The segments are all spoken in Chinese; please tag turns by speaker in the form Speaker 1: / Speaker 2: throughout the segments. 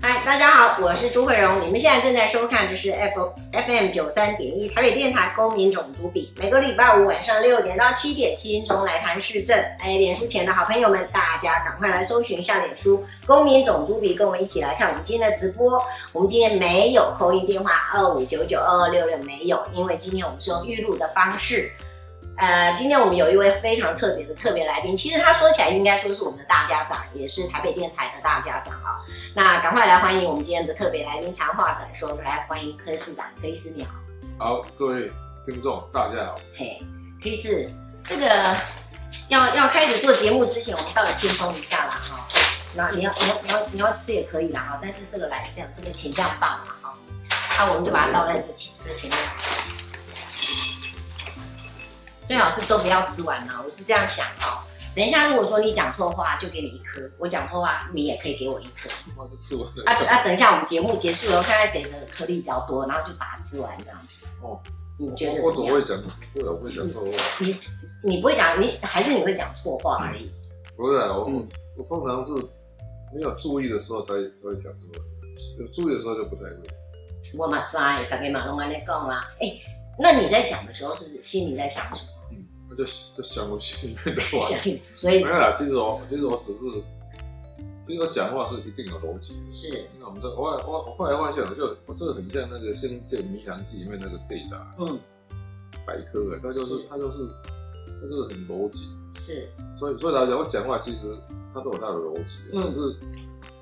Speaker 1: 嗨，大家好，我是朱慧荣，你们现在正在收看的是 F FM 九三点一台北电台公民种族比，每个礼拜五晚上六点到七点，七分钟来谈市政。哎，脸书前的好朋友们，大家赶快来搜寻一下脸书公民种族比，跟我们一起来看我们今天的直播。我们今天没有扣音电话二五九九二二六六没有，因为今天我们是用预录的方式。呃，今天我们有一位非常特别的特别来宾，其实他说起来应该说是我们的大家长，也是台北电台的大家长啊、那赶快来欢迎我们今天的特别来宾，长话短说，来欢迎柯市长柯医师你好，
Speaker 2: 好，各位听众，大家好。
Speaker 1: 嘿，柯医师，这个要要开始做节目之前，我们稍微轻松一下啦哈。那你要你要你要你要吃也可以啦哈，但是这个来这样这个请这样放嘛哈，那、我们就把它倒在这前这前面来，最好是都不要吃完了，我是这样想哦。等一下，如果说你讲错话，就给你一颗；我讲错话，你也可以给我一颗。
Speaker 2: 我都吃完了。
Speaker 1: 啊，等啊，等一下，我们节目结束了，看看谁的颗粒比较多，然后就把它吃完这样子。
Speaker 2: 哦，
Speaker 1: 你觉得
Speaker 2: 我
Speaker 1: 怎
Speaker 2: 总
Speaker 1: 么
Speaker 2: 会
Speaker 1: 样？
Speaker 2: 讲，对，我会讲错话。
Speaker 1: 你不会讲，你还是你会讲错话而已。
Speaker 2: 不是啊，我、
Speaker 1: 嗯
Speaker 2: 我通常是没有注意的时候才才会讲错，有注意的时候就不太会。
Speaker 1: 我嘛知道，大家嘛拢安尼讲啊。哎、那你在讲的时候是心里在想什么？
Speaker 2: 我就就想我心里面的话。
Speaker 1: 嗯想， 所
Speaker 2: 没
Speaker 1: 以
Speaker 2: 有啦，其实我其实我只是，其实我讲话是一定有逻辑的。
Speaker 1: 是
Speaker 2: 因为我们这我我我后来发现，我就我这个很像那个《仙剑迷航记》里面那个对答
Speaker 1: 嗯
Speaker 2: 百科啊，他就是
Speaker 1: 是
Speaker 2: 他就是他就是很逻辑。
Speaker 1: 是
Speaker 2: 所以所以来讲，我讲话其实它都有它的逻辑，只
Speaker 1: 嗯
Speaker 2: 是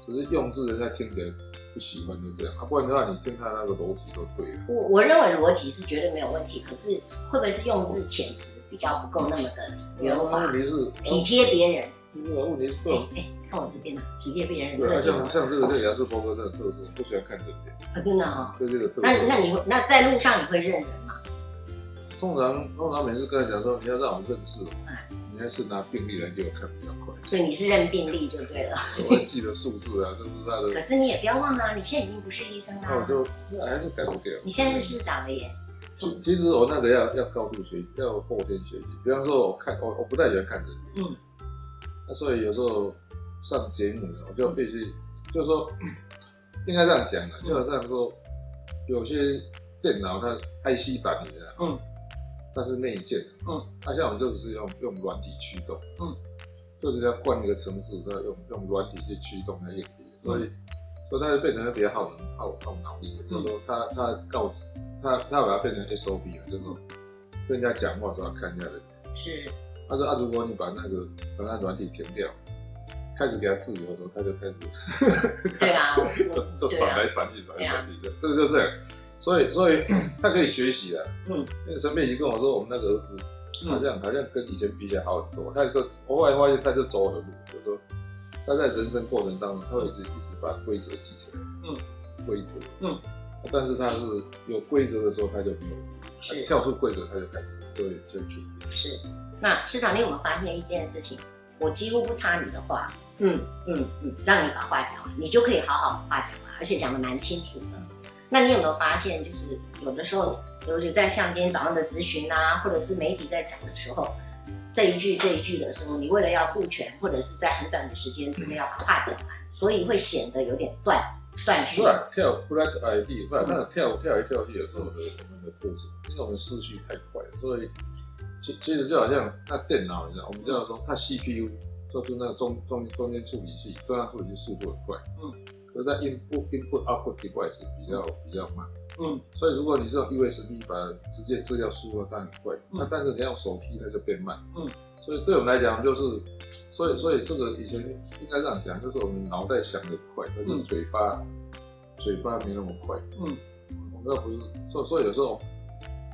Speaker 2: 只是用字人家听起来不喜欢就这样，啊，不然的话你听他那个逻辑都对了。
Speaker 1: 我我认为逻辑是绝对没有问题，可是会不会是用字遣词比较不够那么的圆滑
Speaker 2: 啊问，题是
Speaker 1: 体，贴别人？
Speaker 2: 那个问题是
Speaker 1: 哎、
Speaker 2: 对啊。
Speaker 1: 啊哎、看我这边呢、体贴别人
Speaker 2: 对啊，
Speaker 1: 这
Speaker 2: 像
Speaker 1: 种
Speaker 2: 像这个对雅斯伯格这个特色，我不喜欢看这点，
Speaker 1: 啊，真的哈、
Speaker 2: 对这个特
Speaker 1: 那那
Speaker 2: 色。
Speaker 1: 你会那在路上你会认人吗？
Speaker 2: 通常通常每次跟他讲说，你要让我认识我
Speaker 1: 嗯，
Speaker 2: 你还是拿病例来给我看比较 快，
Speaker 1: 所以你是认病例就对了。
Speaker 2: 我会记得数字啊，就是他
Speaker 1: 可
Speaker 2: 的，
Speaker 1: 是你也不要忘了啊，你现在已经不是医生
Speaker 2: 那我
Speaker 1: 啦，
Speaker 2: 哦就那还是改不掉。
Speaker 1: 你现在是市长了耶。
Speaker 2: 其其实哦我那个要要高度学习，要后天学习。比方说，我看我我不太喜欢看人，
Speaker 1: 嗯，
Speaker 2: 那所以有时候上节目呢，我就必须，就是说，应该这样讲的，
Speaker 1: 嗯
Speaker 2: 就好像说，有些电脑它 IC 版里面，
Speaker 1: 嗯，
Speaker 2: 它是内建的，
Speaker 1: 嗯，
Speaker 2: 那像我们就是用用软体驱动，
Speaker 1: 嗯，
Speaker 2: 就是要换一个程式，要用用软体去驱动那硬体，所
Speaker 1: 嗯
Speaker 2: 以。所以它就变成比较耗能、耗耗脑力的，就
Speaker 1: 嗯
Speaker 2: 是说它它告他他把它变成 SOP 了，就是说
Speaker 1: 嗯
Speaker 2: 跟人家讲话的时候要看人家的。
Speaker 1: 是
Speaker 2: 他说啊，如果你把那个把那软体停掉，开始给他自由的时候，他就开始
Speaker 1: 对啊，
Speaker 2: 就
Speaker 1: 我
Speaker 2: 就
Speaker 1: 对
Speaker 2: 闪
Speaker 1: 啊，
Speaker 2: 来闪去，闪来闪去的，这个就这样。所以 所以他可以学习啊。
Speaker 1: 嗯，
Speaker 2: 那个陈佩琪跟我说，我们那个儿子好
Speaker 1: 嗯，
Speaker 2: 像、好像跟以前比起来好很多。他就我后来发现，他就走我的路，就是说他在人生过程当中，他会一直一直把规则记起来。嗯，规则。
Speaker 1: 嗯，
Speaker 2: 但是他是有规则的时候，他就没有。他
Speaker 1: 是
Speaker 2: 跳出规则，他就开始啊对就去
Speaker 1: 是。那市长，你有没有发现一件事情？我几乎不插你的话，嗯嗯嗯，让你把话讲完，你就可以好好把话讲完，而且讲的蛮清楚的。那你有没有发现，就是有的时候，尤其在像今天早上的咨询啊，或者是媒体在讲的时候，这一句这一句的时候，你为了要顾全，或者是在很短的时间之内要把话讲完，所以会显得有点断断续
Speaker 2: 不。然跳 black ID，不然那个跳跳来跳去也是我们的我们的特色，因为我们思绪太快了，所以其其实就好像那电脑一样，我们这样说，它 CPU 就是那个中中中间处理器，中央处理器速度很快，
Speaker 1: 嗯，
Speaker 2: 可是它 input input output device 比较比较慢，
Speaker 1: 嗯，
Speaker 2: 所以如果你是用 USB 把直接资料输入，当然很快，
Speaker 1: 嗯
Speaker 2: 那但是你要用手机那就变慢，
Speaker 1: 嗯，
Speaker 2: 所以对我们来讲就是。所以，所以这个以前应该这样讲，就是我们脑袋想的快，但是
Speaker 1: 嗯
Speaker 2: 嘴巴、嘴巴没那么快。
Speaker 1: 嗯，
Speaker 2: 我们要不是，所以所以有时候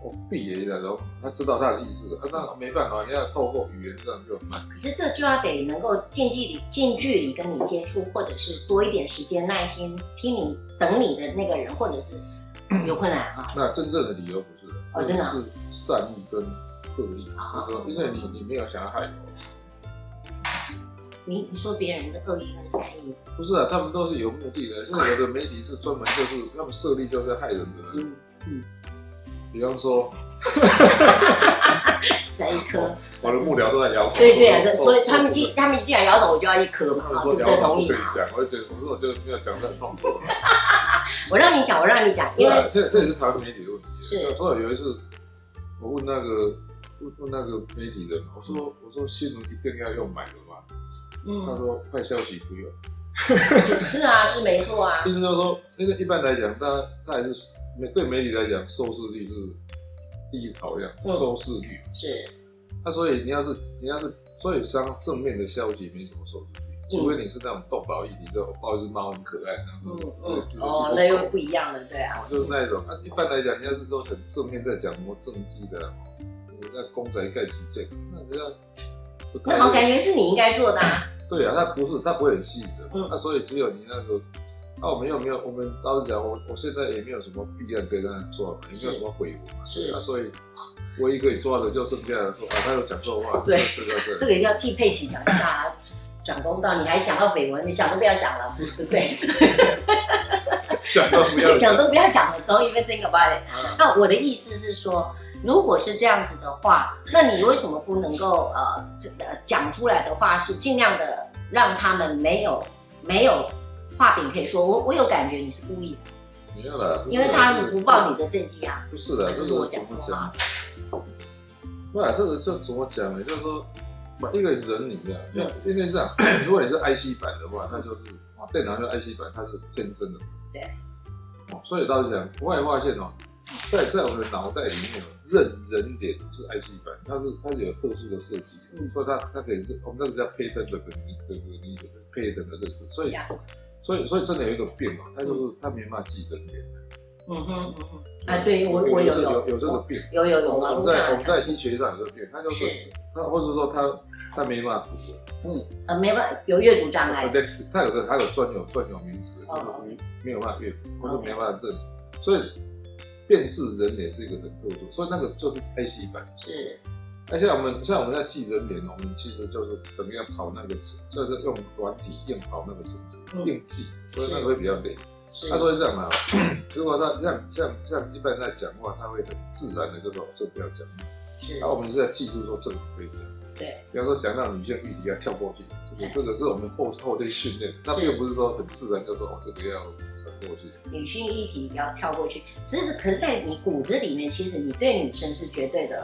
Speaker 2: 我闭眼一下，然后他知道他的意思，啊，那没办法，你要透过语言这样就很慢。
Speaker 1: 可是这就要得能够近距离、近距离跟你接触，或者是多一点时间、耐心听你等你的那个人，或者是有困难啊。
Speaker 2: 那真正的理由不是，
Speaker 1: 哦真的啊
Speaker 2: 是善意跟恶意，
Speaker 1: 啊
Speaker 2: 就是说，因为你你没有想要害我，
Speaker 1: 你你说别人的恶意跟善意，
Speaker 2: 不是啊，他们都是有目的的，现在有的媒体是专门就是他们设立就是害人的，
Speaker 1: 嗯，
Speaker 2: 比方说，
Speaker 1: 在一颗。
Speaker 2: 我的幕僚都在摇头。
Speaker 1: 对对
Speaker 2: 说哦
Speaker 1: 啊，所以他们
Speaker 2: 说
Speaker 1: 既他们一进来摇头，我就要一颗嘛，
Speaker 2: 他
Speaker 1: 啊对
Speaker 2: 们说
Speaker 1: 不
Speaker 2: 摇
Speaker 1: 对？
Speaker 2: 头
Speaker 1: 同
Speaker 2: 不
Speaker 1: 意
Speaker 2: 可以
Speaker 1: 嘛。
Speaker 2: 嗯讲，我就觉得，可是我就没有讲得很痛苦。
Speaker 1: 我让你讲，我让你讲，因
Speaker 2: 对
Speaker 1: 为
Speaker 2: 啊，这这也是台湾媒体的问题。啊
Speaker 1: 是
Speaker 2: 所以有一次，我问那个问问那个媒体人，我说我说新闻一定要用买的吗？他
Speaker 1: 嗯，
Speaker 2: 说坏消息不用。
Speaker 1: 是啊，是没错啊
Speaker 2: 意，思就是说，因为一般来讲，大家他还是媒对媒体来讲，收视率是第一考量，
Speaker 1: 嗯
Speaker 2: 收视率。
Speaker 1: 是
Speaker 2: 那、所以你要是你要是，所以像正面的消息没什么收视率，除非你是那种动保议题，就哦抱一只猫很可爱，然
Speaker 1: 嗯
Speaker 2: 后
Speaker 1: 嗯哦，那又不一样了，对啊，
Speaker 2: 就是那一种。那、一般来讲，你要是说很正面在讲什么政绩的，人家公仔盖旗舰，那人家不太
Speaker 1: 那好，感觉是你应该做的啊，
Speaker 2: 对啊，它不是，它不会很吸引人。那、
Speaker 1: 嗯
Speaker 2: 所以只有你那个，那、我们又没有，我们当时讲，我我现在也没有什么弊案可以让他抓嘛，也没有什么悔悟嘛。
Speaker 1: 是
Speaker 2: 那、所以唯一可以抓的就剩下来说，啊，他有讲错话，
Speaker 1: 对
Speaker 2: 这个这
Speaker 1: 这
Speaker 2: 个。
Speaker 1: 个一定要替佩奇讲一下啊。转公道，你还想到绯闻，你想都不要想了，对不对？
Speaker 2: 想都不 要
Speaker 1: 想都不要想了，don't even think about it。
Speaker 2: 啊
Speaker 1: 那我的意思是说，如果是这样子的话，那你为什么不能够呃这呃讲出来的话是尽量的让他们没有没有画饼可以说？我我有感觉你是故意的，
Speaker 2: 没有啦，
Speaker 1: 因为他不报你的政绩啊。
Speaker 2: 不是的，
Speaker 1: 这
Speaker 2: 就是是
Speaker 1: 我
Speaker 2: 怎
Speaker 1: 讲啊
Speaker 2: 么
Speaker 1: 过
Speaker 2: 讲
Speaker 1: 吗？
Speaker 2: 不啊然这个这怎么讲呢？就是说，一个人你这样，因为
Speaker 1: 嗯
Speaker 2: 因为这样，如果你是 IC 版的话，那就是哇，电脑就 IC 版，它是天生的。
Speaker 1: 对。
Speaker 2: 哦，所以到底讲，我也发现哦，在在我们的脑袋里面，哦认人脸是 IC 版，它是它是有特殊的设计的，
Speaker 1: 嗯
Speaker 2: 所以它它可以认，我们那个叫 pattern 的你的你的 pattern 的认知，所以
Speaker 1: Yeah
Speaker 2: 所以所以真的有一种病哦，它就是它没办法记人脸。
Speaker 1: 嗯哼嗯哼，嗯啊，对我我有
Speaker 2: 这有
Speaker 1: 有
Speaker 2: 有这个病。
Speaker 1: 有有有，
Speaker 2: 我
Speaker 1: 网
Speaker 2: 们
Speaker 1: 络
Speaker 2: 在
Speaker 1: 上
Speaker 2: 我
Speaker 1: 有
Speaker 2: 们
Speaker 1: 看
Speaker 2: 在医学上有这个病，它就是
Speaker 1: 是
Speaker 2: 他或者说他他没办法读了，
Speaker 1: 呃没办法有阅读障碍
Speaker 2: 他，他有个他有专有专有名词，就是
Speaker 1: 哎哦
Speaker 2: 没没有办法阅读，或者
Speaker 1: 哦
Speaker 2: 没办法认，所以辨识人脸是一个很特殊，所以那个就是 A C 版。
Speaker 1: 是
Speaker 2: 那像我们像我们在记人脸，哦我们其实就是等于要跑那个词，就是用软体硬跑那个词
Speaker 1: 嗯，
Speaker 2: 硬记，所以
Speaker 1: 是
Speaker 2: 那个会比较累。
Speaker 1: 是
Speaker 2: 他说是这样啊， 如果他像像像一般人在讲话，他会很自然的就说我这不要讲。
Speaker 1: 是
Speaker 2: 然后我们是在记住说这个可以讲，
Speaker 1: 对，
Speaker 2: 比方说讲到女性议题要跳过去，这
Speaker 1: 对
Speaker 2: 个这个是我们后后天训练，那并不是说很自然就说哦这个要闪过去，
Speaker 1: 女性议题不要跳过去，只是可是在你骨子里面，其实你对女生是绝对的，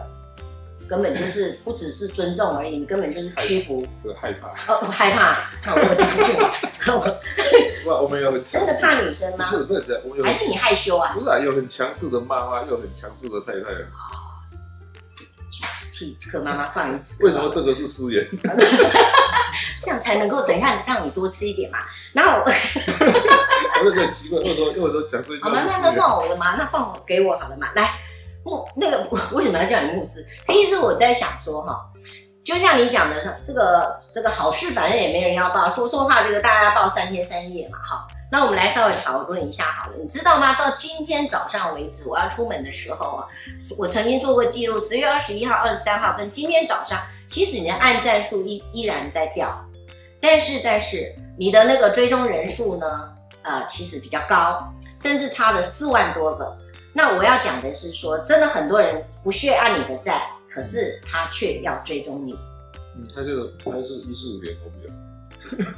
Speaker 1: 根本就是不只是尊重而已，你根本就是屈服，
Speaker 2: 这个害怕。
Speaker 1: 哦，我害怕，那我讲就， 我
Speaker 2: 不然我们有很强
Speaker 1: 真的
Speaker 2: 势，
Speaker 1: 怕女生吗？
Speaker 2: 不是不是，我们有
Speaker 1: 还
Speaker 2: 很
Speaker 1: 是你害羞啊？
Speaker 2: 不是啊，有很强势的妈妈，又很强势的太太啊，
Speaker 1: 替这个妈妈放一次，
Speaker 2: 为什么这个是失言？
Speaker 1: 这样才能够等一下让你多吃一点嘛？然后
Speaker 2: 我就觉得很奇怪，为什么为什么讲这句
Speaker 1: 好
Speaker 2: 话
Speaker 1: 吗？
Speaker 2: 是
Speaker 1: 那
Speaker 2: 失
Speaker 1: 那
Speaker 2: 言？
Speaker 1: 放我的嘛，那放我给我好了嘛。来，牧那个为什么要叫你牧师？意思我在想说哈，就像你讲的，这个这个好事反正也没人要报，说错话这个大家要报三天三夜嘛。好，那我们来稍微讨论一下好了。你知道吗？到今天早上为止，我要出门的时候啊，我曾经做过记录，十月二十一号、二十三号跟今天早上，其实你的按赞数依依然在掉，但是但是你的那个追踪人数呢，呃，其实比较高。甚至差了四万多个。那我要讲的是说，真的很多人不屑按你的赞，可是他却要追踪你。
Speaker 2: 嗯，他这个他是一四五点，我不讲，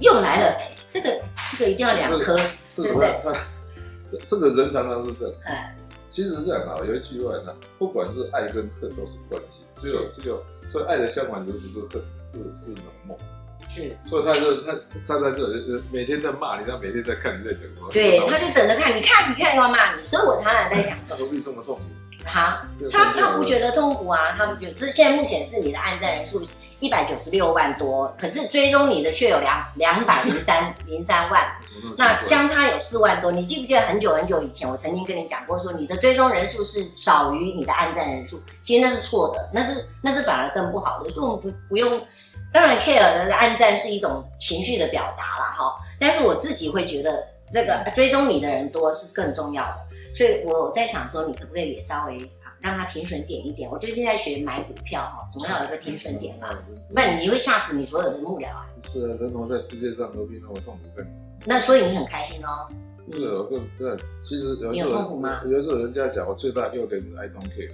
Speaker 1: 又来了，这个这个一定要两颗，
Speaker 2: 这
Speaker 1: 对
Speaker 2: 个
Speaker 1: 不对
Speaker 2: 他他 这个人常常是这样。
Speaker 1: 哎，
Speaker 2: 其实是这样啊，有一句话呢，不管是爱跟恨都是关系，只有只有，所以爱的相反就是是恨，是是冷漠。
Speaker 1: 是，
Speaker 2: 所以他就他他在这里，每天在骂你，他每天在看你在讲什么。
Speaker 1: 对，他就等着看，你看，你看，又要骂你。所以我常常在想，
Speaker 2: 他何必这么痛苦？
Speaker 1: 哈，他他不觉得痛苦啊，他不觉得。这现在目前是你的按赞人数一百九十六万多，可是追踪你的却有两两百零三零三万。那相差有四万多，你记不记得很久很久以前，我曾经跟你讲过，说你的追踪人数是少于你的按赞人数，其实那是错的，那是那是反而更不好的，所以我们不不用，当然 care 的按赞是一种情绪的表达啦，哈，但是我自己会觉得这个追踪你的人多是更重要的，所以我在想说，你可不可以也稍微啊让它停损点一点？我最近在学买股票哈，总要有一个停损点吧，不然你会吓死你所有的幕僚啊。
Speaker 2: 嗯是啊，人活在世界上何必那么痛苦？
Speaker 1: 那所以你很开心哦，
Speaker 2: 啊是，我更真的，其实有一次有一次人家讲我最大优点是 I don't care。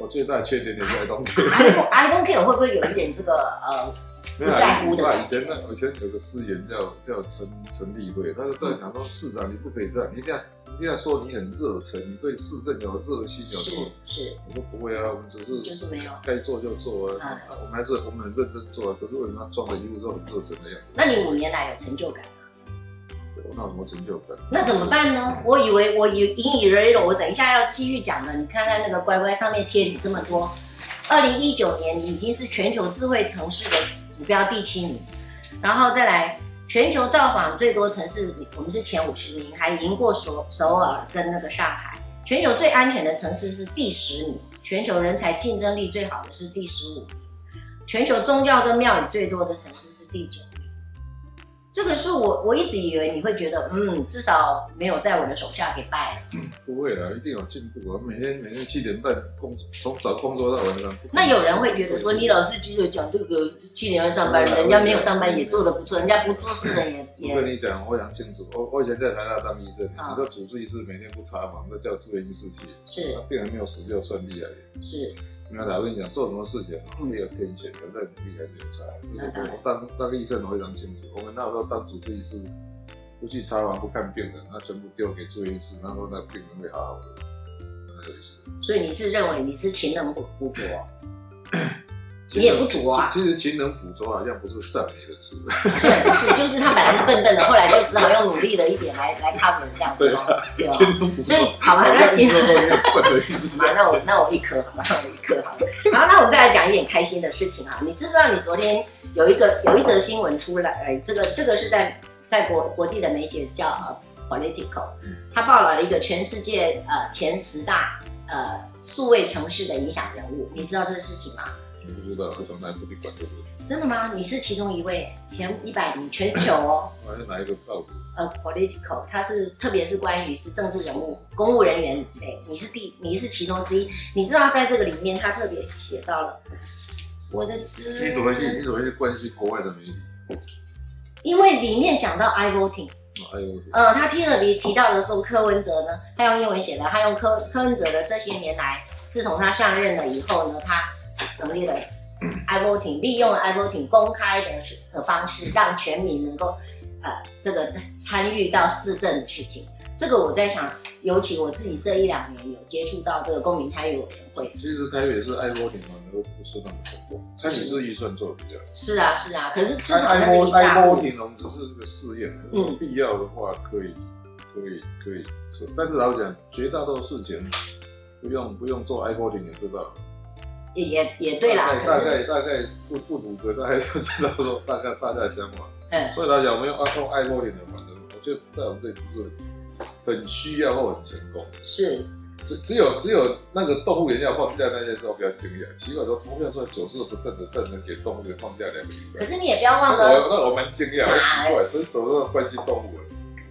Speaker 2: 我最大的缺点就是爱动
Speaker 1: I don't I don't care 会不会有一点这个呃
Speaker 2: 没有
Speaker 1: 不在
Speaker 2: 啊，
Speaker 1: 乎的
Speaker 2: 以
Speaker 1: 感觉？
Speaker 2: 前那以前有个诗言叫叫陈陈立慧，他就
Speaker 1: 嗯
Speaker 2: 在讲说市长你不可以这样，你一定要你一定要说你很热忱，你对市政有热心有
Speaker 1: 是
Speaker 2: 做。
Speaker 1: 是，
Speaker 2: 我说不会啊，我们只是
Speaker 1: 就是没有
Speaker 2: 该做就做啊，
Speaker 1: 嗯
Speaker 2: 啊我们还是我们很认真做啊。可是为什么装的一副这种热忱的样子？
Speaker 1: 那你五年来有成就感吗？
Speaker 2: 那有什么成就感？嗯
Speaker 1: 那怎么办呢？我以为我以引以为荣，我等一下要继续讲的。你看看那个乖乖上面贴你这么多，二零一九年你已经是全球智慧城市的指标第七名，然后再来全球造访最多城市，我们是前五十名，还赢过首首尔跟那个上海。全球最安全的城市是第十名，全球人才竞争力最好的是第十五名，全球宗教跟庙宇最多的城市是第九名。这个是我我一直以为你会觉得，嗯，至少没有在我的手下给败了。
Speaker 2: 不会啦，一定有进步啊！每天每天七点半工作，从早工作到晚上。
Speaker 1: 那有人会觉得说，你老是急着讲这个七点要上班，人家没有上班也做得不错，人家不做事的也
Speaker 2: 我跟
Speaker 1: 也
Speaker 2: 你讲，我讲清楚，我我以前在台大当医生，
Speaker 1: 啊
Speaker 2: 你说主治医师每天不查房，那叫住院医师去，
Speaker 1: 是
Speaker 2: 那病人没有死就算厉害了。
Speaker 1: 是
Speaker 2: 你看，老跟你讲，做什么事情没有天选，有在努力还是有差。
Speaker 1: 那当然
Speaker 2: 我当当个医生，我非常清楚，我们那时候当主治医师，不去查房不看病人，那全部丢给住院医师，然后那病人会好好的，那有意思。
Speaker 1: 所以你是认为你是勤能补补 拙？你也不主啊
Speaker 2: 其其实勤能补拙好像不是赞美的词，
Speaker 1: 是是，就是他本来是笨笨的，后来就只好用努力的一点来来 cover 这样子
Speaker 2: 对啊
Speaker 1: 吗？对吧？
Speaker 2: 勤能补
Speaker 1: 所
Speaker 2: 拙。
Speaker 1: 以好吧，
Speaker 2: 好
Speaker 1: 那
Speaker 2: 像
Speaker 1: 今
Speaker 2: 听
Speaker 1: 天
Speaker 2: 说过一个笨的意思。
Speaker 1: 好，那我那我一颗好了，我一颗好了。然后那我们再来讲一点开心的事情哈。啊你知不知道你昨天有一个有一则新闻出来？呃，这个这个是在在国国际的媒体叫呃 Political，它报了一个全世界呃前十大呃数位城市的影响人物。你知道这个事情吗？
Speaker 2: 不知道，我从来不去管这个。
Speaker 1: 真的吗？你是其中一位前一百名全球哦。
Speaker 2: 我还是拿一个报纸，
Speaker 1: 呃 political，它是特别是关于是政治人物、公务人员，对，你是第你是其中之一。你知道在这个里面，他特别写到了我的
Speaker 2: 你怎么会去？
Speaker 1: 知，
Speaker 2: 你怎么会去关心国外的媒体？
Speaker 1: 因为里面讲到 i voting，
Speaker 2: 哎呦，
Speaker 1: 呃，他提特别提到的时候，柯文哲呢，他用英文写的，他用柯柯文哲的这些年来，自从他上任了以后呢，他成立了 i voting，利用了 i voting 公开的是的方式，让全民能够呃这个参参与到市政的事情。这个我在想，尤其我自己这一两年有接触到这个公民参与委员会，
Speaker 2: 其实台北是爱摸顶嘛，都不是那么成功，参与式预算做的比较好。
Speaker 1: 是啊是啊，可是至少
Speaker 2: 爱
Speaker 1: 那是
Speaker 2: 摸
Speaker 1: 一大
Speaker 2: 爱摸
Speaker 1: 步，
Speaker 2: 顶，我们只是个试验，
Speaker 1: 嗯
Speaker 2: 必要的话可以可以可以做，但是老实讲，绝大多数事情不用不用做爱摸顶也知道。
Speaker 1: 也也也啊对啦，
Speaker 2: 大
Speaker 1: 可是
Speaker 2: 概大概大概不不读格，大概就知道说大概大家想法。
Speaker 1: 嗯
Speaker 2: 所以来讲，我们用爱用爱摸顶的，反正我觉得在我们这里不是很需要或很成功。
Speaker 1: 是
Speaker 2: 只只有只有那个动物园要放假那些时候比较惊讶，奇怪说投票出来九十不胜的，证能给动物园放假两个礼
Speaker 1: 可
Speaker 2: 拜。
Speaker 1: 是你也不要忘
Speaker 2: 那
Speaker 1: 了
Speaker 2: 我那我蛮惊讶，我奇
Speaker 1: 哎
Speaker 2: 怪，所以怎么关心动物园？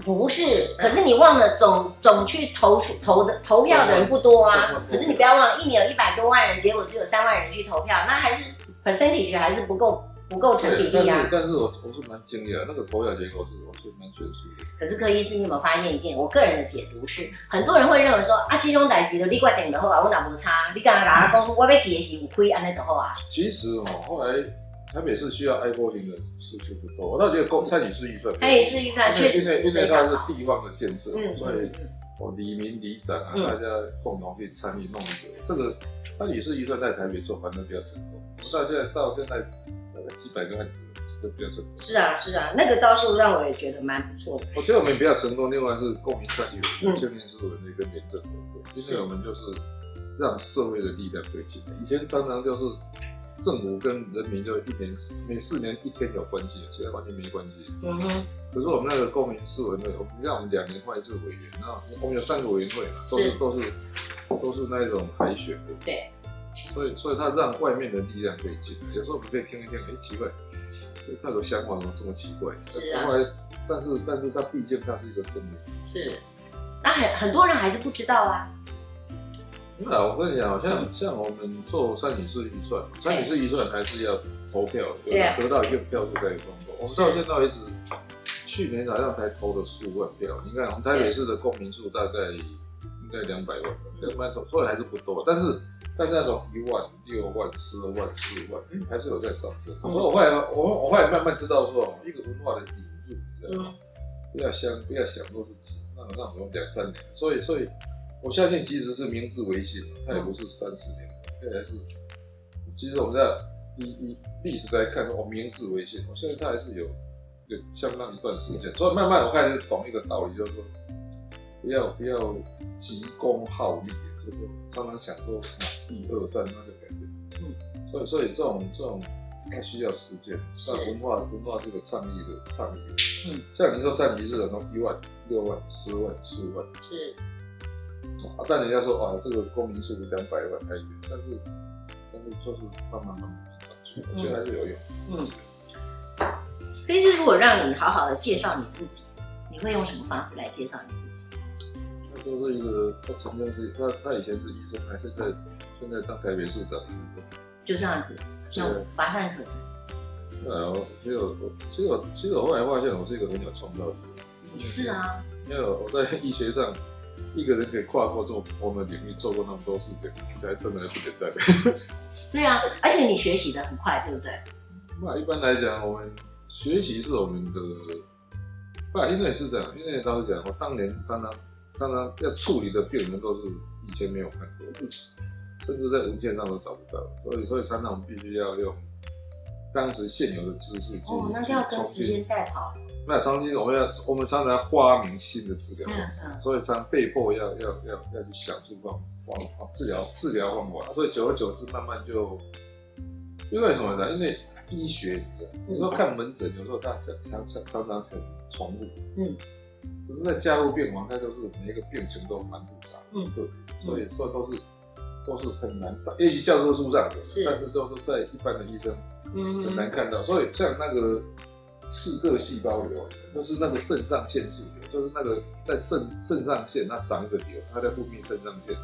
Speaker 1: 不是，可是你忘了总总去投数投的投票的人不多
Speaker 2: 三万
Speaker 1: 啊
Speaker 2: 三万。
Speaker 1: 可
Speaker 2: 多
Speaker 1: 是你不要忘了，一年有一百多万人，结果只有三万人去投票，那还是 percentage 还是不够不够成比
Speaker 2: 对，但
Speaker 1: 例
Speaker 2: 是
Speaker 1: 啊。
Speaker 2: 但是我我是蛮惊讶，那个投票结果是我是蛮悬殊的。
Speaker 1: 可是柯医师，你有没有发现一件？我个人的解读是，很多人会认为说啊，这种代志就你决定就好啊，我哪无差，你刚刚哪讲我要去的是有亏安尼就好啊。
Speaker 2: 其实哦，后来台北市需要爱国庭的事情不多，我倒觉
Speaker 1: 嗯
Speaker 2: 得公参与式预算，
Speaker 1: 他也是一看，确实
Speaker 2: 因为
Speaker 1: 是
Speaker 2: 因为
Speaker 1: 非
Speaker 2: 它
Speaker 1: 常
Speaker 2: 是
Speaker 1: 好。
Speaker 2: 地方的建设，
Speaker 1: 嗯
Speaker 2: 所以
Speaker 1: 嗯，
Speaker 2: 哦，黎明里长啊，
Speaker 1: 嗯
Speaker 2: 大家共同去参与弄一个，这个他也是预算在台北做，反正比较成功。到现在到现在大概几百个案子，这个比较成功。
Speaker 1: 是啊是啊，那个倒是让我也觉得蛮不错的。
Speaker 2: 我觉得我们比较成功，另外是共鸣参与，
Speaker 1: 嗯
Speaker 2: 青年事务人力跟廉政合作，因为我们就是让社会的力量推进来。以前常常就是政府跟人民就一年每四年一天有关系，其他完全没关系。
Speaker 1: 嗯哼，
Speaker 2: 可是我们那个公民事委员会，我们让我们两年换一次委员，那我们有三个委员会嘛，都是
Speaker 1: 是
Speaker 2: 都是都是那种海选的，
Speaker 1: 对，
Speaker 2: 所以所以他让外面的力量可以进来。有时候我们可以听一听，哎、奇怪，他有想法怎么这么奇怪？
Speaker 1: 是啊
Speaker 2: 后来，但是但是他毕竟他是一个生命。
Speaker 1: 嗯是。那很很多人还是不知道啊。
Speaker 2: 那我跟你讲，
Speaker 1: 嗯
Speaker 2: 像像我们做参与式预算，参与式预算还是要投票，有
Speaker 1: 对啊
Speaker 2: 得到一个票就可以通过。我们到现在为止，去年好像才投了数万票。你看我们台北市的公民数大概应在两百万，两百多，虽然还是不多，但是但是那种一万、六万、十二万、十五万，嗯，还是有在上升。所以我后来我我后来慢慢知道说，哦一个文化的引入，你知道吗？不要想不要想说是几，那那种两三年，所以所以我相信，即使是明治维新，它也不是三十年，它也是，其实我们在以以历史来看，哦，明治维新，我相信它还是有有相当一段时间。所以慢慢我开始懂一个道理，就是说。不要不要急功好利，就是常常想说一二三那种感觉。嗯，所以所以这种这种它需要时间。像文化文化这个倡议的倡议，嗯，像你说占一日的，从一万、六万、十万、十五万，
Speaker 1: 是
Speaker 2: 啊，但人家说啊，这个公民数两百万开源，但是但是就是慢慢慢慢上去，我觉得还是有用。
Speaker 1: 嗯。可是如果让你好好的介绍你自己，你会用什么方式来介绍你自己？
Speaker 2: 他就是一个，他曾经是他他以前是医生，他现在现在当台北市长。
Speaker 1: 就这样子，像
Speaker 2: 对
Speaker 1: 拔饭可成，
Speaker 2: 呃，我其实我其实我其实我后来发现我是一个很有创造力的人，
Speaker 1: 你是啊，
Speaker 2: 因为我在医学上一个人可以跨过这么广的领域，做过那么多事情，才真的不简单。嗯
Speaker 1: 对啊，而且你学习的很快，对不对？
Speaker 2: 那一般来讲，我们学习是我们的，不，因为是这样，因为老实讲，我当年常常常常要处理的病人都是以前没有看过的，甚至在文献上都找不到，所以所以常常我们必须要用当时现有的知识去
Speaker 1: 哦，那就要跟
Speaker 2: 重
Speaker 1: 时
Speaker 2: 新
Speaker 1: 间赛跑了，
Speaker 2: 那长期我们要，我们常常发明新的治疗
Speaker 1: 嗯
Speaker 2: 方法，
Speaker 1: 嗯
Speaker 2: 所以常被迫要要要要去想出方方法治疗治疗方法，所以久而久之慢慢就，因为什么呢？因为医学，你说看门诊，有时候他想想想常常很重复，
Speaker 1: 嗯，
Speaker 2: 可是在加护病房，它就是每一个病情都蛮复杂，
Speaker 1: 嗯
Speaker 2: 对，所以说都是都是很难打，也许教科书上有，
Speaker 1: 是
Speaker 2: 但是都是在一般的医生很难
Speaker 1: 嗯，
Speaker 2: 看到。所以像那个四个细胞瘤，就是那个肾上腺素瘤，就是那个在肾肾上腺它长一个瘤，它在分泌肾上腺。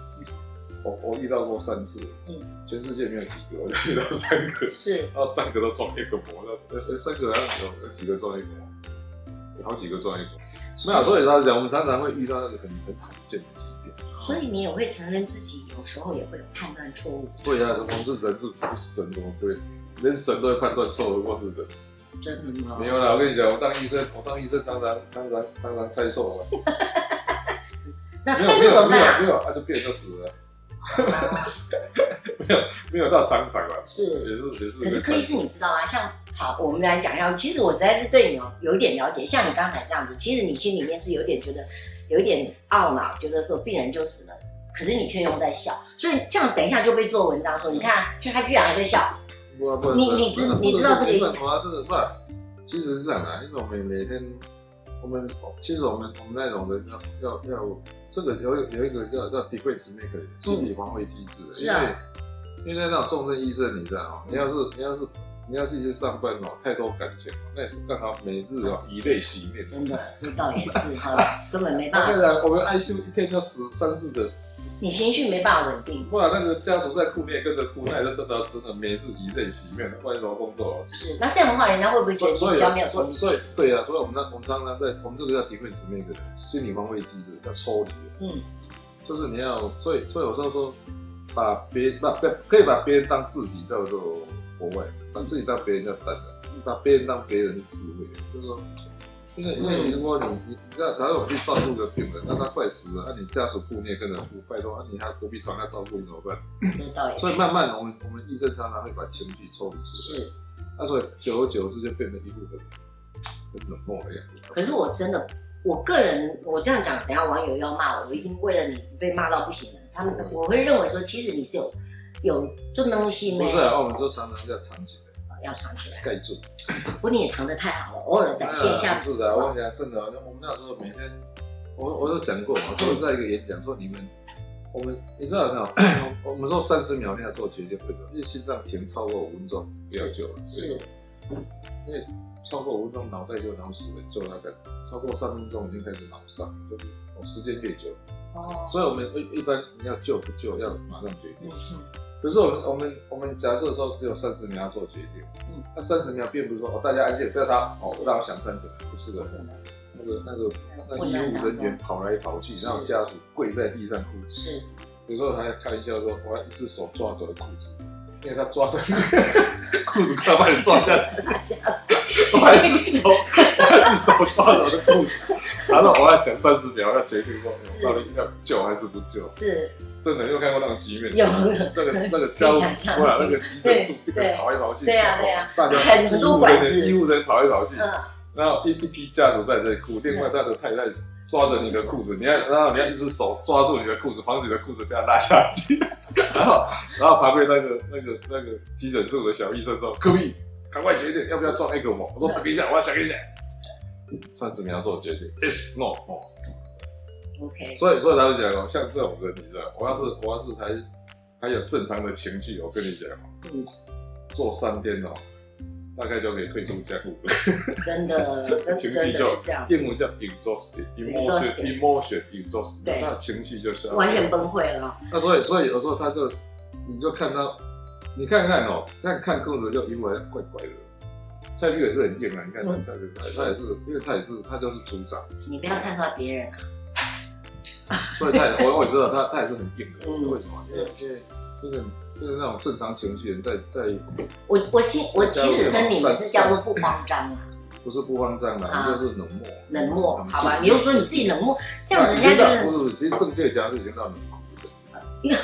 Speaker 2: 我我遇到过三次，
Speaker 1: 嗯，
Speaker 2: 全世界没有几个，我就遇 到三个，
Speaker 1: 是
Speaker 2: 然后三个都装一个膜，那呃呃三个好像有有几个装一个膜，有好几个装一个膜。没有，所以他讲，我们常常会遇到那个很很罕见的疾病。
Speaker 1: 所以你也会承认自己有时候也会有判断错误，
Speaker 2: 对啊，我们是人是不是神，怎么会连神都会判断错，何况是人？
Speaker 1: 真的吗
Speaker 2: 没有啦，我跟你讲，我当医生，我当医生常常常常常常猜错了，
Speaker 1: 那
Speaker 2: 没
Speaker 1: 猜
Speaker 2: 有
Speaker 1: 错怎
Speaker 2: 没有
Speaker 1: 么
Speaker 2: 没
Speaker 1: 办
Speaker 2: 有
Speaker 1: 啊？
Speaker 2: 没有，啊就病人就死了，没有没有到常常了，也
Speaker 1: 是，
Speaker 2: 是也是。
Speaker 1: 可是柯医师，你知道吗？像好，我们来讲一下，其实我实在是对你有有一点了解。像你刚才这样子，其实你心里面是有点觉得，有一点懊恼，觉得说病人就死了，可是你却又在笑，所以这样等一下就被做文章说，你
Speaker 2: 嗯
Speaker 1: 看，就他居然还在笑，
Speaker 2: 不不
Speaker 1: 你你知你知道这个
Speaker 2: 意思吗？真的是啊，其实是这样的，因为我们每天，我们其实我们我们那种人要要要，这个有有一个叫叫 defense maker 心理防卫机制的，
Speaker 1: 是啊
Speaker 2: 因为因为那种重症医生，你知道哦，你要是你要是你要是去上班哦，太多感情哦，那也刚好每日哦以泪洗面，
Speaker 1: 真的，这倒也是 哈，根本没
Speaker 2: 我
Speaker 1: 办
Speaker 2: 跟
Speaker 1: 法，
Speaker 2: 你讲，我们 ICU 一天就死三四个，
Speaker 1: 你情绪没办法稳定，
Speaker 2: 哇，那个家属在哭，你也跟着哭，那也是真的真的每日以泪洗面，不然怎么工作哦？
Speaker 1: 是。那这样的话，人家会不会觉
Speaker 2: 所
Speaker 1: 得你比
Speaker 2: 以所以啊
Speaker 1: 较没有
Speaker 2: 所
Speaker 1: 同
Speaker 2: 以
Speaker 1: 理
Speaker 2: 所
Speaker 1: 心
Speaker 2: 以？对啊，所以我们那我们常常在我们这个叫 defense 那个心理防卫机制叫抽离，
Speaker 1: 嗯，
Speaker 2: 就是你要所以所以有时候说把别把不可以把别人当自己叫做国外，把自己当别人叫单
Speaker 1: 嗯
Speaker 2: 人，把别人当别人是智慧，就是说。因为因为
Speaker 1: 嗯
Speaker 2: 你如果你你你知道，假如我去照顾个病人，那他快死了，那、你家属顾你也跟着顾，拜托，那、你还隔壁床要照顾你怎么办？
Speaker 1: 这倒也
Speaker 2: 所以慢慢我们我们医生常常会把情绪抽离出来。
Speaker 1: 是。
Speaker 2: 那所以久而久之就变成一副很很冷漠的样子。
Speaker 1: 可是我真的，我个人我这样讲，等一下网友要骂我，我已经为了你被骂到不行了。他们
Speaker 2: 嗯
Speaker 1: 我会认为说，其实你是有有这东西没
Speaker 2: 不是啊，我们都常常要藏起来
Speaker 1: 要藏起来，
Speaker 2: 盖住。哎
Speaker 1: 不过你也藏得太好了，偶尔展现一下。
Speaker 2: 是啊的，我跟你讲，真的，我们那时候每天，我我有讲过嘛，就是在一个演讲说你们，我们你知道没有？我们说三十秒内要做决定，不能，因为心脏停超过五分钟不要救了。
Speaker 1: 是，
Speaker 2: 因为超过五分钟脑袋就脑死了，就那个超过三分钟已经开始脑伤，就是哦时间越久，
Speaker 1: 哦，
Speaker 2: 所以我们一一般你要救不救要马上决定
Speaker 1: 嗯。嗯
Speaker 2: 可是我们我们我们假设说只有三十秒要做决定，
Speaker 1: 嗯
Speaker 2: 那三十秒并不是说哦大家安静不要吵，哦我让我想三十秒，不是的，
Speaker 1: 可能
Speaker 2: 你那个那个那那医务人员跑来跑去，
Speaker 1: 是
Speaker 2: 让家属跪在地上哭。
Speaker 1: 是，
Speaker 2: 有时候还开玩笑说，我还一只手抓着我的裤子，因为他 抓上去，裤子快把你抓下去，
Speaker 1: 抓下来
Speaker 2: 我还一只手，我还一只手抓着我的裤子，然后我还想三十秒要决定说，
Speaker 1: 是
Speaker 2: 我到底要救还是不救？
Speaker 1: 是，
Speaker 2: 真的，你有看过那种局面？
Speaker 1: 有
Speaker 2: 那个那个家属，
Speaker 1: 可以想象
Speaker 2: 哇，那个急诊处
Speaker 1: 对
Speaker 2: 那个跑来跑去，
Speaker 1: 对啊对啊
Speaker 2: 大家
Speaker 1: 很很多
Speaker 2: 医务
Speaker 1: 管
Speaker 2: 人
Speaker 1: 子
Speaker 2: 员医务人员跑来跑去，
Speaker 1: 嗯，
Speaker 2: 然后一一批家属在这里哭，另外他的太太抓着你的裤子，你要然后你要一只手抓住你的裤子，防止你的裤子被他拉下去。 然后然后旁边那个那个那个急诊处的小医生说：“各位，赶快决定要不要装 ECMO。”我说：“
Speaker 1: 嗯
Speaker 2: 等一下，我要想一想。”三十秒做决定，yes no no。
Speaker 1: ，OK，
Speaker 2: 所以所以他就讲哦，像这种人，你知道，我要是我要是还还有正常的情绪，我跟你讲
Speaker 1: 嗯
Speaker 2: 哦，做三天哦，大概就可以退出江湖了。
Speaker 1: 真 的，呃真
Speaker 2: 情绪
Speaker 1: 真的
Speaker 2: 就是
Speaker 1: 这样子，
Speaker 2: 英文叫 exhausted emotion
Speaker 1: Exhausted
Speaker 2: emotion exhausted，
Speaker 1: 对
Speaker 2: 那情绪就是
Speaker 1: 完全。崩溃了，
Speaker 2: 那所以所以有时候他就，你就看他，你看看哦，看看裤子就英文怪怪的。蔡律也是很硬啊，你看
Speaker 1: 嗯
Speaker 2: 蔡律，他也是，因为他也是他就是组长，
Speaker 1: 你不要看到别人啊，
Speaker 2: 所以他也我我也知道他他也是很硬的，
Speaker 1: 嗯
Speaker 2: 为什么？因为因为就是就是那种正常情绪人在在
Speaker 1: 我我心我其实称你们是叫做不慌张啊，
Speaker 2: 不是不慌张啦，
Speaker 1: 啊
Speaker 2: 就是冷漠，
Speaker 1: 冷漠，
Speaker 2: 嗯
Speaker 1: 好吧？你又说你自己冷漠，这样子人
Speaker 2: 已经到
Speaker 1: 家就
Speaker 2: 不是，其实政界家是已经到冷酷了，
Speaker 1: 是讨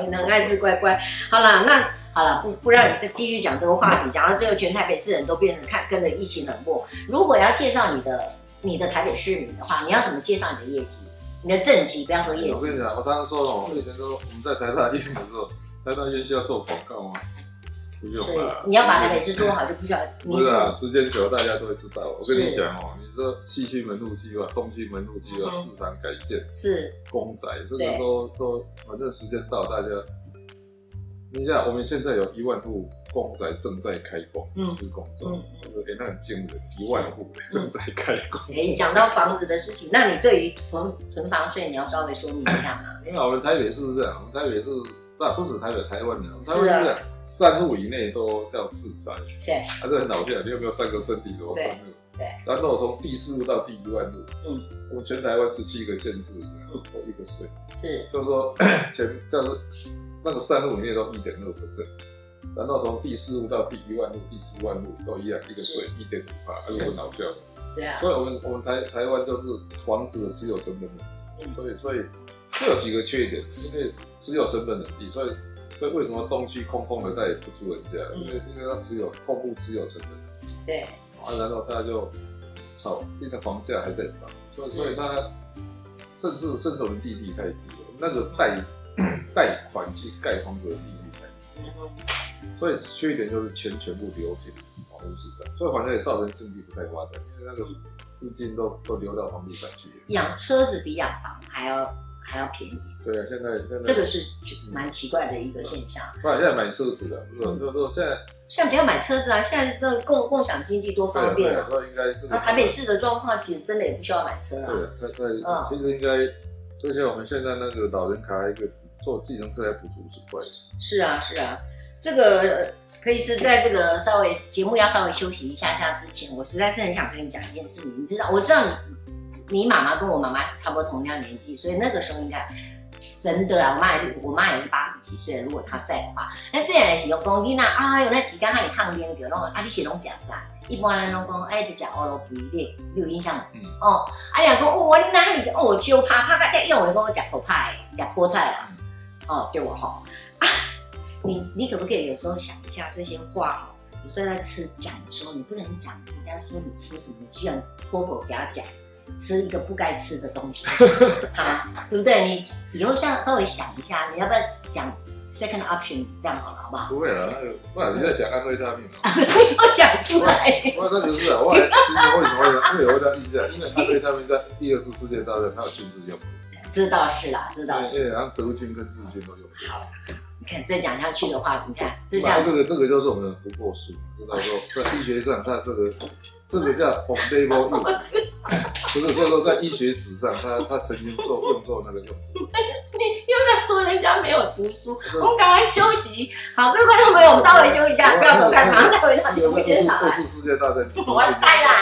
Speaker 1: 厌的，很爱吃乖乖。好啦，那好了，不不让你再继续讲这个话题，讲到最后，全台北市人都变成看跟着一起冷漠。如果要介绍你的你的台北市民的话，你要怎么介绍你的业绩？你的政绩，不要说业
Speaker 2: 我跟
Speaker 1: 绩
Speaker 2: 你，讲，我刚刚说了，我们以前说我们在台大医院的时候，台大医院需要做广告吗？不用
Speaker 1: 所以
Speaker 2: 吧。
Speaker 1: 你要把台北市做好，就不需要
Speaker 2: 不
Speaker 1: 你
Speaker 2: 是
Speaker 1: 是
Speaker 2: 啊，时间久了大家都会知道。我跟
Speaker 1: 是
Speaker 2: 你讲哦，你说西区门路计划、东区门路计划、
Speaker 1: 嗯
Speaker 2: 市场改建、
Speaker 1: 是
Speaker 2: 公宅，这
Speaker 1: 对
Speaker 2: 个都都，反正时间到，大家。你想，我们现在有一万户公宅正在开工
Speaker 1: 嗯
Speaker 2: 施工中，
Speaker 1: 嗯
Speaker 2: 哎、那很惊人，一万户正在开工。
Speaker 1: 哎，讲到房子的事情，那你对于囤囤房税，你要稍微说明一下吗？
Speaker 2: 因为我们台北是这样，我们台北是不不止台北，台湾的，
Speaker 1: 是
Speaker 2: 台
Speaker 1: 啊
Speaker 2: 湾是这样，三户以内都叫自宅。
Speaker 1: 对
Speaker 2: 啊，这很老笑，你有没有算过身体多少户？
Speaker 1: 对。
Speaker 2: 然后我从第四户到第一万户，
Speaker 1: 嗯，
Speaker 2: 我全台湾十七个县市，我一个税，
Speaker 1: 是
Speaker 2: 就是说 前就是那个三户里面都一点二 percent。然后从第四户到第一万户、第十万户都一样，一个税一点五八，还是很搞笑的。
Speaker 1: 对啊，
Speaker 2: 所以我们我们台台湾就是房子的持有成本很低，所以所以这有几个缺点，因为持有成本很低，所以所以为什么东区空空的，他也不租人家，
Speaker 1: 嗯
Speaker 2: 因为因为他持有空户持有成本很
Speaker 1: 对，
Speaker 2: 低，啊，然后他就炒，那个房价还在涨，所以
Speaker 1: 是
Speaker 2: 所以他甚至甚至我们利率太低了，那个贷贷款去盖房子的利率太
Speaker 1: 嗯
Speaker 2: 低。
Speaker 1: 哼
Speaker 2: 所以缺点就是钱全部流进房屋市场，所以反正也造成经济不太发展，因为那个资金都都流到房地产去了。
Speaker 1: 养车子比养房还要还要便宜，
Speaker 2: 对啊，现在现在
Speaker 1: 这个是蛮奇怪的一个现象。
Speaker 2: 不然现在买车子的，不
Speaker 1: 嗯
Speaker 2: 是就是说现在
Speaker 1: 现在不要买车子啊，现在这共共享经济多
Speaker 2: 对啊
Speaker 1: 方
Speaker 2: 对
Speaker 1: 便
Speaker 2: 啊，
Speaker 1: 啊。
Speaker 2: 说应该这
Speaker 1: 那
Speaker 2: 个
Speaker 1: 台北市的状况其实真的也不需要买车啊。
Speaker 2: 对啊，他他其实应该，就像我们现在那个老人卡一个坐计程车还补助五十块，
Speaker 1: 是啊，是啊，这个可以是在这个稍微节目要稍微休息一下下之前，我实在是很想跟你讲一件事情。你知道，我知道你你妈妈跟我妈妈是差不多同样年纪，所以那个时候应该真的啊，我妈也是我妈也是八十几岁了，如果她在的话，那虽然是有讲你那啊，有那几间那里烫边着，然后啊你是拢食啥？一般人拢讲哎，就食胡萝卜粒，你有印象吗？
Speaker 2: 嗯
Speaker 1: 哦，啊，人讲哦，我你那里哦，烧拍拍到这样，因为我讲我食苦派，食菠菜啦，哦，对我吼。你你可不可以有时候想一下这些话哦？有时候在吃讲的时候，你不能讲人家说你吃什么，你居然脱口假讲吃一个不该吃的东西，啊，对不对？你以后像稍微想一下，你要不要讲 second option 这样好了，好不好？
Speaker 2: 不会了，那个不然你在讲安慰他命啊。
Speaker 1: 要讲出来，
Speaker 2: 我那个是啊，我还其实为什么会会有这样印象？因为安慰他命在第二次世界大战他有军事用途，
Speaker 1: 知道是啦，知道是。
Speaker 2: 因为然后德军跟日军都用过。
Speaker 1: 好啦，你看再讲下去的话，你看这
Speaker 2: 然
Speaker 1: 下
Speaker 2: 后这个这个就是我们的不过数，知道说在医学上，它这个这个叫 foundable use，不是就是说在医学史上，它它曾经做用作那个用途。
Speaker 1: 你又在说人家没有读书，我们赶快休息。好， 各位观众朋友，我们稍微休息一下，不要走开，马上再回到节
Speaker 2: 这
Speaker 1: 目
Speaker 2: 个就是
Speaker 1: 现场来
Speaker 2: 二。次世界大战。
Speaker 1: 我带啦。